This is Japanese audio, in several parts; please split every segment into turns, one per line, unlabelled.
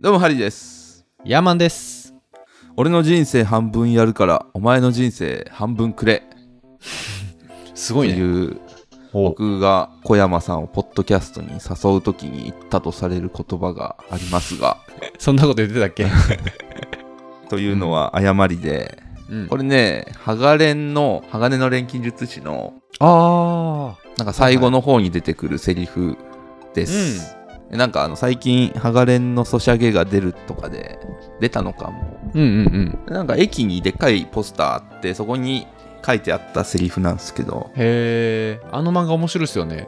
どうもハリーです
ヤーマンです。
俺の人生半分やるからお前の人生半分くれ
す
と
ごい
い
ね。
う
お
僕が小山さんをポッドキャストに誘う時に言ったとされる言葉がありますが
そんなこと言ってたっけ
というのは誤りで
うん
これね鋼の鋼の錬金術師の
ああ。
なんか最後の方に出てくるセリフです、なんかあの最近ハガレンのソシャゲが出るとかで出たのかも
うんうんうん。
なんか駅にでっかいポスターあってそこに書いてあったセリフなんですけど
へえ。あの漫画面白いっすよね。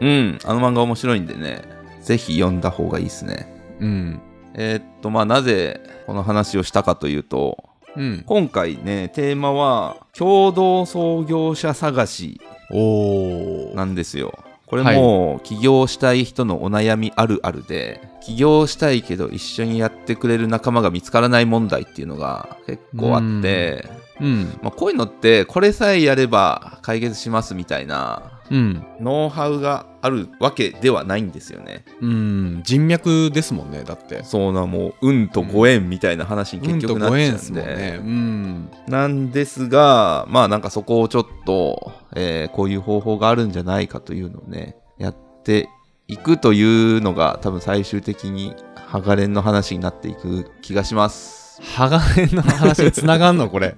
うんあの漫画面白いんでねぜひ読んだ方がいいですね
うん。
えーっとまあなぜこの話をしたかというと
うん。
今回ねテーマは共同創業者探し
お
なんですよこれもう起業したい人のお悩みあるあるで起業したいけど一緒にやってくれる仲間が見つからない問題っていうのが結構あって
うん。
まあ、こういうのってこれさえやれば解決しますみたいな
うん。
ノウハウがあるわけではないんですよね。
うん。人脈ですもんね、だって。
そうなもう運とご縁みたいな話に結局なっ
ご
ちゃ
縁
う
っ
ん
すも
で、
んね。うん。
なんですがまあなんかそこをちょっと、えーこういう方法があるんじゃないかというのをねやっていくというのが多分最終的にハガレンの話になっていく気がします。
鋼の話につながんの、こ れ。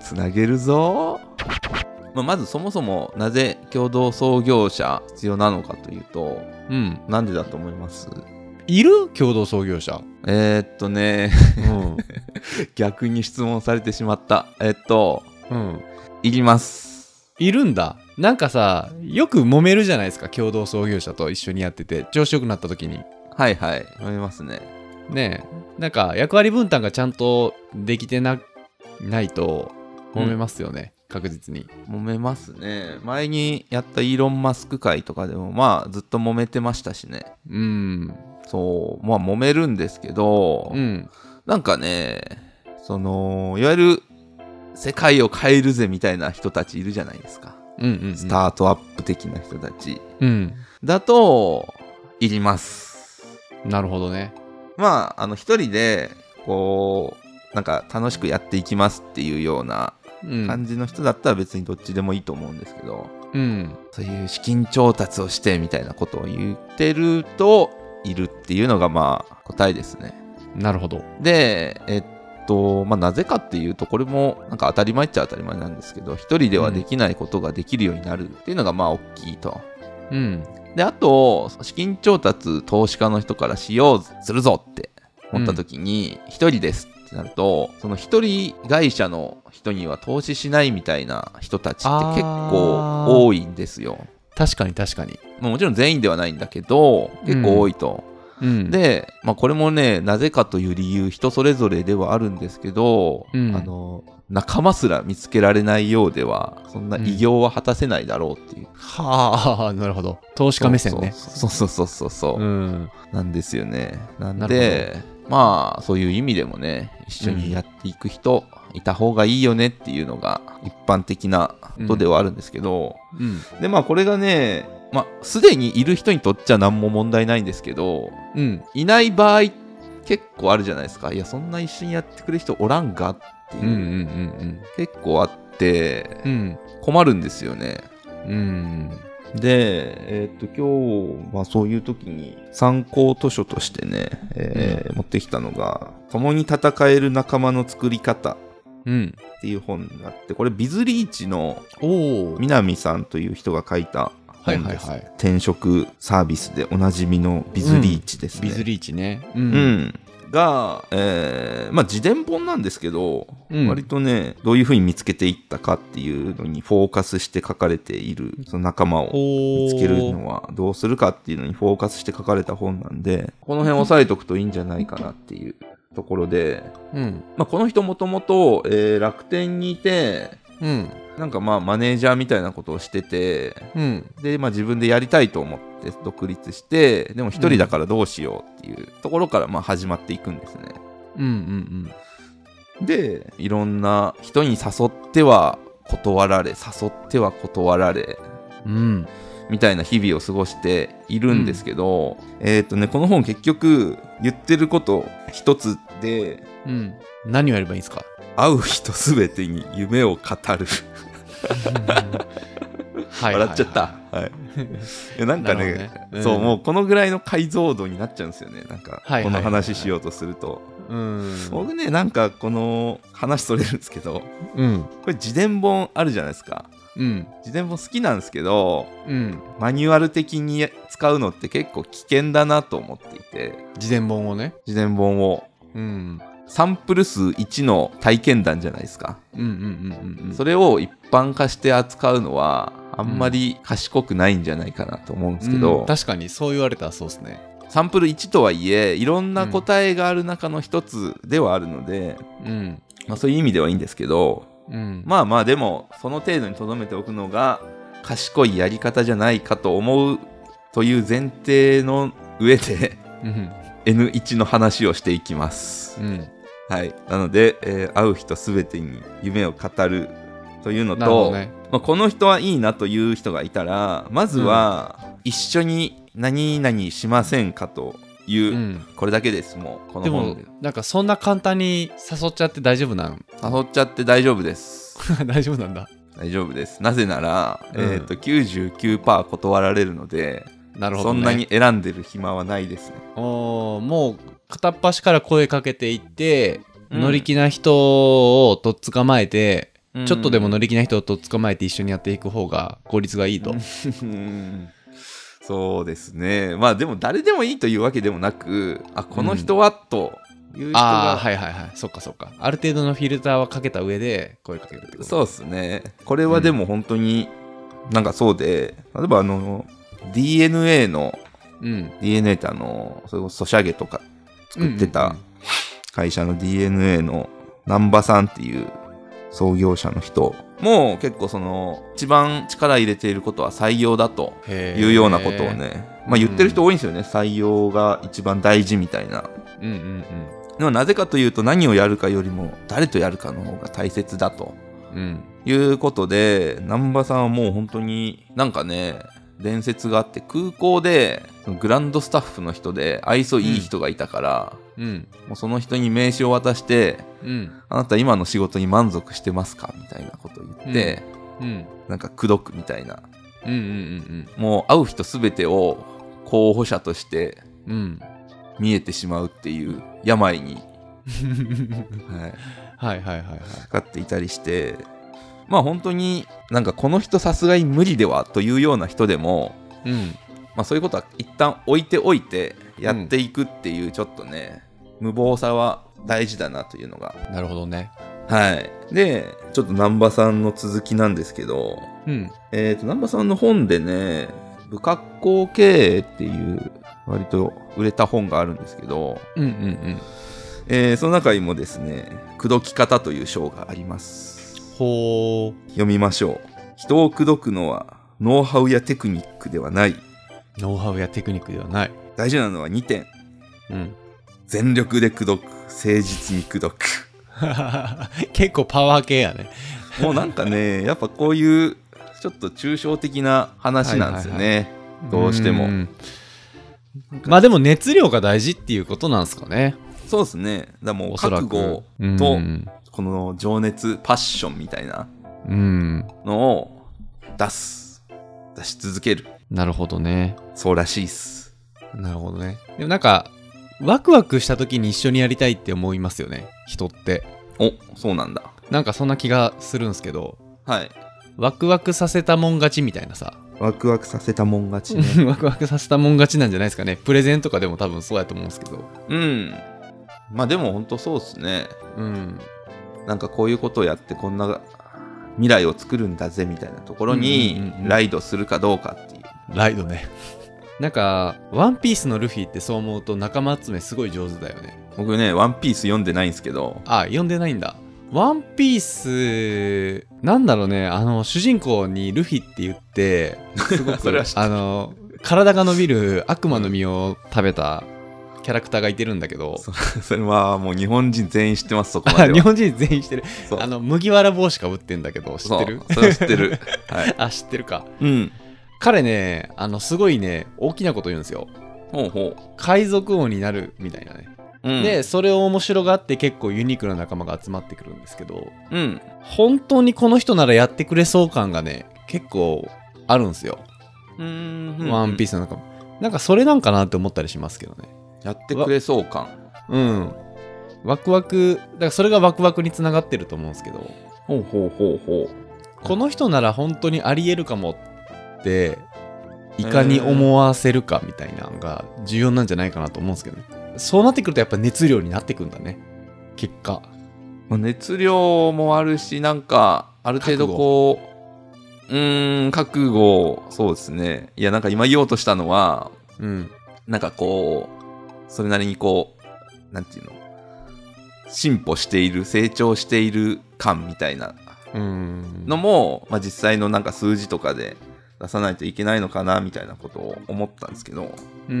つなげるぞ、まあ、まずそもそもなぜ共同創業者必要なのかというと
うん。
なんでだと思います
いる共同創業者。
えー、っとね
うん。
逆に質問されてしまったえっと
うん。
いります
いるんだ。なんかさ、よく揉めるじゃないですか、共同創業者と一緒にやってて、調子よくなった時に。
はいはい思いますね
ねえなんか役割分担がちゃんとできてなないと揉めますよね、確実に
揉めますね前にやったイーロン・マスク会とかでもまあずっと揉めてましたしね
うん
そうまあ揉めるんですけど、
うん
なんかねそのいわゆる世界を変えるぜみたいな人たちいるじゃないですか
うんうんうん
スタートアップ的な人たち
うん
だと、いります。
なるほどね
まあ、あの、一人で、こう、なんか楽しくやっていきますっていうような
うん
感じの人だったら別にどっちでもいいと思うんですけど、
うん
そういう資金調達をしてみたいなことを言ってると、いるっていうのがまあ答えですね。
なるほど
で、えっと、まあなぜかっていうと、これもなんか当たり前っちゃ当たり前なんですけど、一人ではできないことができるようになるっていうのがまあ大きいと。
うん
であと資金調達投資家の人からしようするぞって思った時に一、人ですってなるとその一人会社の人には投資しないみたいな人たちって結構
あー
多いんですよ。
確かに確かに
まあもちろん全員ではないんだけど結構多いと。
うん
で、まあ、これもねなぜかという理由人それぞれではあるんですけど、
うん
あの仲間すら見つけられないようではそんな偉業は果たせないだろうっていう。
はあなるほど投資家目線ね
そうそうそうそうそうそう。
うん
なんですよね。なん
なる
で、まあ、そういう意味でもね、一緒にやっていく人、いた方がいいよねっていうのが一般的なことではあるんですけど、
うん
で、まあ、これがね、まあ、すでにいる人にとっちゃ何も問題ないんですけど、
うん
いない場合、結構あるじゃないですか。いや、そんな一緒にやってくれる人おらんがっていうう、
んうんうん
結構あって、
うんうん
困るんですよね。
うん
で、えーっと、今日、まあそういう時に参考図書としてね、えー持ってきたのが、共に戦える仲間の作り方
うん
っていう本になって、これビズリーチの
おお
南さんという人が書いた
はい
本
はい
です。
はい
転職サービスでおなじみのビズリーチですね。
ビズリーチねう
うん、が、えーまあ自伝本なんですけど、
うん
割とね、どういうふうに見つけていったかっていうのにフォーカスして書かれている、その仲間を
見
見つけるのはどうするかっていうのにフォーカスして書かれた本なんで、この辺押さえとくといいんじゃないかなっていうところで、
うん
まあ、この人もともとえー楽天にいて、
うん
なんかまあマネージャーみたいなことをしてて、
うん
で、まあ自分でやりたいと思って独立して、でも一人だからどうしようっていうところからまあ始まっていくんですね。
うんうん
で、いろんな人に誘っては断られ、誘っては断られ、
うんうん
みたいな日々を過ごしているんですけど、えーっ、とねこの本結局言ってること一つで
うん。何をやればいいんですか
会う人すべてに夢を語る
は
笑っちゃった はいいやなんかね
なるほどねうん
そうもうこのぐらいの解像度になっちゃうんですよねなんか
はい
こ
はいはい
の
はい
話しようとすると、
うん。
僕ねなんかこの話それるんですけど
うん。
これ自伝本あるじゃないですか
うん。
自伝本好きなんですけど
うん。
マニュアル的に使うのって結構危険だなと思っていて
自伝本をね。
自伝本を
うん。
サンプル数1の体験談じゃないですか、
うんうんうんうんうん。
それを一般化して扱うのはあんまり賢くないんじゃないかなと思うんですけど、
うん確かにそう言われたらそうですね。
サンプル1とはいえいろんな答えがある中の一つではあるので、
うん。
まあ、そういう意味ではいいんですけど
うん。
まあまあでもその程度にとどめておくのが賢いやり方じゃないかと思うという前提の上で
うん。
N1 の話をしていきます。
うん。
はい、なので、えー会う人すべてに夢を語るというの
なる
と、
ほどね。
まあ、この人はいいなという人がいたらまずは一緒に何々しませんかという、
うん。
これだけですもうこの
でも
本で、
なんかそんな簡単に誘っちゃって大丈夫なん
誘っちゃって大丈夫です。
大丈夫なんだ。
大丈夫ですなぜなら、
うん
えー、と99%断られるので
なるほ
そ
ど、ね。
んなに選んでる暇はないですね
おーもう片っ端から声かけていって、
うん
乗り気な人をとっ捕まえて、ちょっとでも乗
り
り気な人をとっ捕まえて一緒にやっていく方が効率がいいと。
そうですねまあでも誰でもいいというわけでもなくあこの人はという人
ああ、
が、
はいはいはい。そっかそっか。ある程度のフィルターはかけた上で声かけるってこと
そうですねこれはでも本当になんかそうで例えばあの DNA の
う。うん。
DNA ってあのそれこそソシャゲとか作ってた、
うんうんうん
会社の DNA の南波さんっていう創業者の人も結構その一番力入れていることは採用だと
へー
いうようなことを。ね、まあ、言ってる人多いんですよね、採用が一番大事みたいな
うんうん
でもなぜかというと何をやるかよりも誰とやるかの方が大切だと
うん。うん。
いうことで南波さんはもう本当になんかね伝説があって空港でそのグランドスタッフの人で愛想いい人がいたから、
うん。
もうその人に名刺を渡して
うん。
あなた今の仕事に満足してますかみたいなことを言って、
うん。
なんか口説くみたいな。
うんうん
もう会う人すべてを候補者として
うんうん。
見えてしまうっていう病 に、
うん。
はい、
はいはいはいはい。
かかっていたりして、まあ本当になんかこの人さすがに無理ではというような人でも、
うん。
まあそういうことは一旦置いておいてやっていくっていうちょっとね、無謀さは大事だなというのが。
なるほどね。
はい。で、ちょっと南波さんの続きなんですけど、
うん。
えー、と、南波さんの本でね、不格好経営っていう、割と売れた本があるんですけど、
うんうん
えーその中にもですね、口説き方という章があります。
うん。ほー。
読みましょう。人を口説くのは、ノウハウやテクニックではない。
ノウハウやテクニックではない。
大事なのは2点。
うん。
全力で口説く。誠実に口説く。
結構パワー系やね。
もうなんかね、やっぱこういう、ちょっと抽象的な話なんですよね。どうしても。
ん。まあでも熱量が大事っていうことなんですかね。
そうですね。だからもう
おそら
覚
く。
悟
う
と、
ん。
この情熱、パッションみたいな
うん
のを出す。出し続ける。
なるほどね。
そうらしいっす。
なるほどね。でもなんか、ワクワクした時に一緒にやりたいって思いますよね。人って。
お、そうなんだ。
なんかそんな気がするんですけど、
はい。
ワクワクさせたもん勝ちみたいなさ。
ワクワクさせたもん勝ちね。
ワクワクさせたもん勝ちなんじゃないですかね。プレゼンとかでも多分そうやと思うんですけど。
うん。まあでも本当そうっすね。
うん。
なんかこういうことをやってこんな未来を作るんだぜみたいなところ
うんう
に
んうんうん
ライドするかどうかっていう。
ライドね。なんか、ワンピースのルフィってそう思うと仲間集めすごい上手だよね。
僕ね、ワンピース読んでないんですけど、
あ、読んでないんだ。ワンピース、なんだろうね、あの、主人公にルフィって言って、す ご
それ
く
は知って、る
あの、体が伸びる悪魔の実を食べたキャラクターがいてるんだけど、
そそれはもう日本人全員知ってます、そこま
あ
で
日
は。
本人全員してる。
そう
あの、麦わら帽子かぶってんだけど、知ってる
そうそれは知ってる。 はい。
あ、知ってるか。
うん。
彼ね、あの、すごいね、大きなこと言うんですよ。
ほうほ
海賊王になるみたいなね、
う。うん、
でそれを面白がって結構ユニークな仲間が集まってくるんですけど
うん。
本当にこの人ならやってくれそう感がね結構あるんですよ、
うん
ワンピー
ス。
スの仲間なんかそれなんかなって思ったりしますけどね
やってくれそう感。
うんワクワクだからそれがワクワクにつながってると思うんですけど
ほうほうほうほ
この人なら本当にありえるかもっていかに思わせるかみたいなのが重要なんじゃないかなと思うんですけどねそうなってくるとやっぱ熱量になってくんだね結果
う。熱量もあるし、なんか、ある程度こう、うーん、覚悟、そうですね。いや、なんか今言おうとしたのは、
うん
なんかこう、それなりにこう、なんていうの、進歩している、成長している感みたいな
うん
のも、まあ、実際のなんか数字とかで出さないといけないのかなみたいなことを思ったんですけど
うんうんう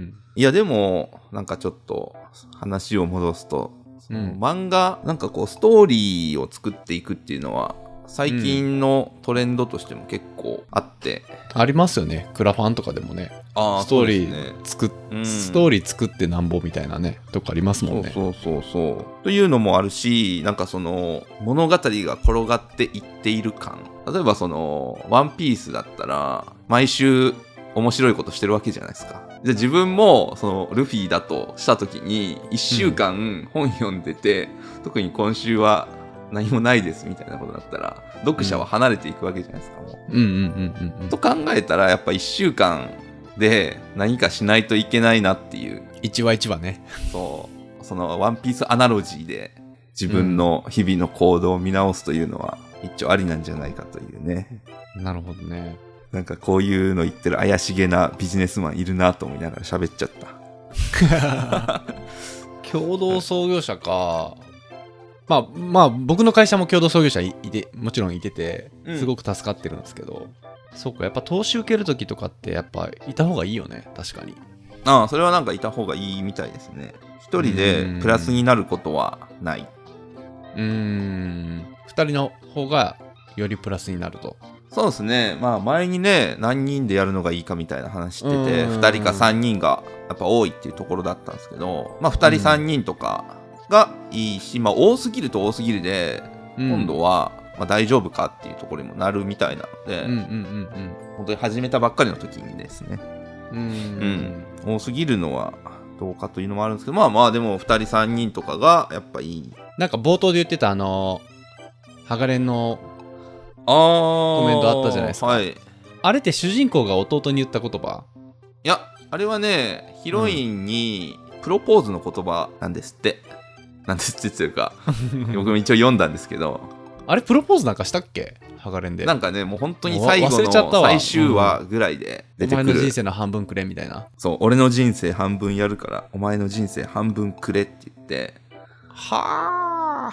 ん
いやでもなんかちょっと話を戻すと、その
うん
漫画なんかこうストーリーを作っていくっていうのは最近のトレンドとしても結構あって、
ありますよねクラファンとかでもね
あ
ストーリ
そうです
ー作っ
うん
ストーリー作ってなんぼみたいなねとこありますもんね
そうそうそうそう。というのもあるし、なんかその物語が転がっていっている感。例えばその、ワンピースだったら、毎週面白いことしてるわけじゃないですか。じゃあ自分も、その、ルフィだとした時に、1週間本読んでて、特に今週は何もないですみたいなことだったら、読者は離れていくわけじゃないですか、もう
うんうんうんうんうん
と考えたら、やっぱ1週間で何かしないといけないなっていう
一話一話ね
そう、そのワンピースアナロジーで自分の日々の行動を見直すというのは一応ありなんじゃないかというね。
なるほどね
なんかこういうの言ってる怪しげなビジネスマンいるなと思いながら喋っちゃった。
共同創業者か、まあまあ僕の会社も共同創業者いいてもちろんいてて
うん
すごく助かってるんですけど、そうかやっぱ投資受ける時とかってやっぱいた方がいいよね確かに
ああ、それはなんかいた方がいいみたいですね。一人でプラスになることはない。
うーん2人の方がよりプラスになると
そうですね。まあ前にね、何人でやるのがいいかみたいな話してて、
うん
2人か3人がやっぱ多いっていうところだったんですけど、まあ2人3人とかがいいし、まあ多すぎると多すぎるで、今度
は
は、まあ、大丈夫かっていうところにもなるみたいなので、
うんうんうん
本当に始めたばっかりの時にですね、
うんうん
うん多すぎるのはどうかというのもあるんですけどまあまあでも2人3人とかがやっぱいい
なんか冒頭で言ってたあのハガレンの
あコ
メントあったじゃないですか
はい、い
あれって主人公が弟に言った言葉
やあれはねヒロインにプロポーズの言葉なんですって、なんですってという か僕も一応読んだんですけど
あれプロポーズなんかしたっけハガレンで
なんかねもう本当に最後
忘れちゃった
の
わ
最終話ぐらいで出てく
お
る、
前の人生の半分くれみたいな
そう俺の人生半分やるからお前の人生半分くれって言って
はあ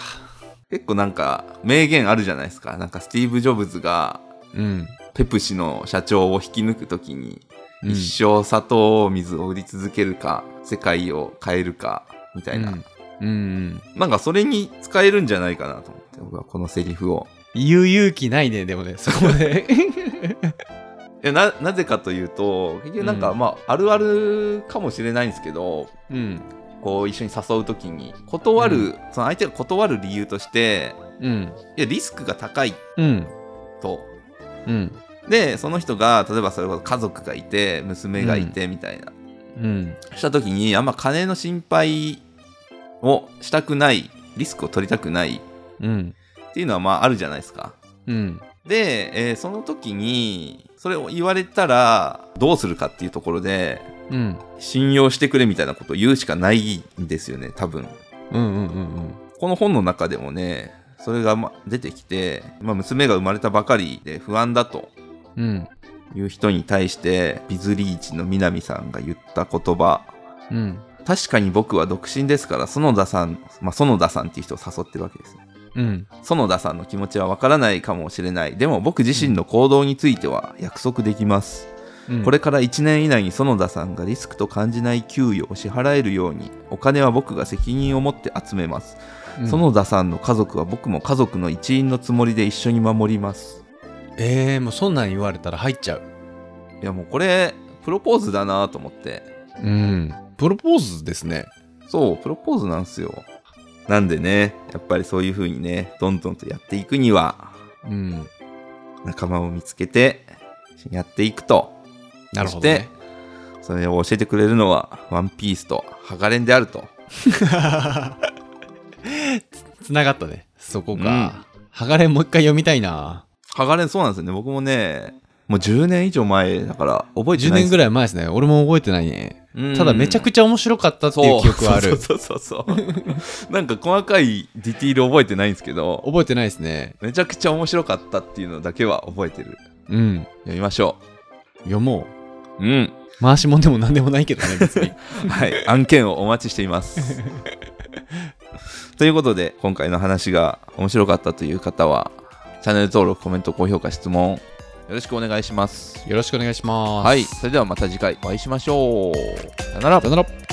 結構なんか名言あるじゃないですかなんかスティーブ・ジョブズが
うん、
ペプシの社長を引き抜く時に、
うん
一生砂糖水を売り続けるか世界を変えるかみたいな、
うんうん
なんかそれに使えるんじゃないかなと思って僕はこのセリフを
言う勇気ないねでもねそこで
いやななぜかというと結局なんか、
うん
まああるあるかもしれないんですけど
うん
こう一緒に誘う時に断る、
う
その相手が断る理由として
うん
いやリスクが高い
うん
と
うん
でその人が例えばそれこそ家族がいて娘がいてみたいな、
うん
した時にあんま金の心配をしたくないリスクを取りたくない
うん
っていうのはまああるじゃないですか
うん
で、えーその時にそれを言われたらどうするかっていうところで
うん
信用してくれみたいなことを言うしかないんですよね多分
うんうんうん
この本の中でもねそれがま出てきて、まあ、娘が生まれたばかりで不安だと
うん
いう人に対してビズリーチの南さんが言った言葉
うん
確かに僕は独身ですから園田さん、まあ、園田さんっていう人を誘ってるわけですよ
うん
園田さんの気持ちはわからないかもしれないでも僕自身の行動については約束できます、
うん
これから1年以内に園田さんがリスクと感じない給与を支払えるようにお金は僕が責任を持って集めます
うん
園田さんの家族は僕も家族の一員のつもりで一緒に守ります
えー、もうそんなん言われたら入っちゃう
いやもうこれプロポーズだなと思って
うん。プロポーズですね。
そうプロポーズなんすよなんでねやっぱりそういう風にねどんどんとやっていくには
うん。
仲間を見つけてやっていくと
なるほど、ね。
それを教えてくれるのはワンピースとハガレンであると
つつながったね。そこか。ハガレンもう一回読みたいな。
ハガレンそうなんですよね僕もねもう10年以上前だから覚えて
10
ない
年ぐらい前ですね。俺も覚えてないね。ただめちゃ
ちゃ
くちゃ面白かったっていう記憶はある。
そうそうそうそう。 なんか細かいディティール覚えてないんですけど、
覚えてないですね。
めちゃくちゃ面白かったっていうのだけは覚えてる。
うん。
読みましょ
読も
う。うん。
う。回しもんでも何でもないけどね、別 に。
はい。案件をお待ちしています。ということで、今回の話が面白かったという方は、チャンネル登録、コメント、高評価、質問、よろしくお願いします。
よろしくお願いします。
はい。それではまた次回お会いしましょう。さよなら
さ。よなら。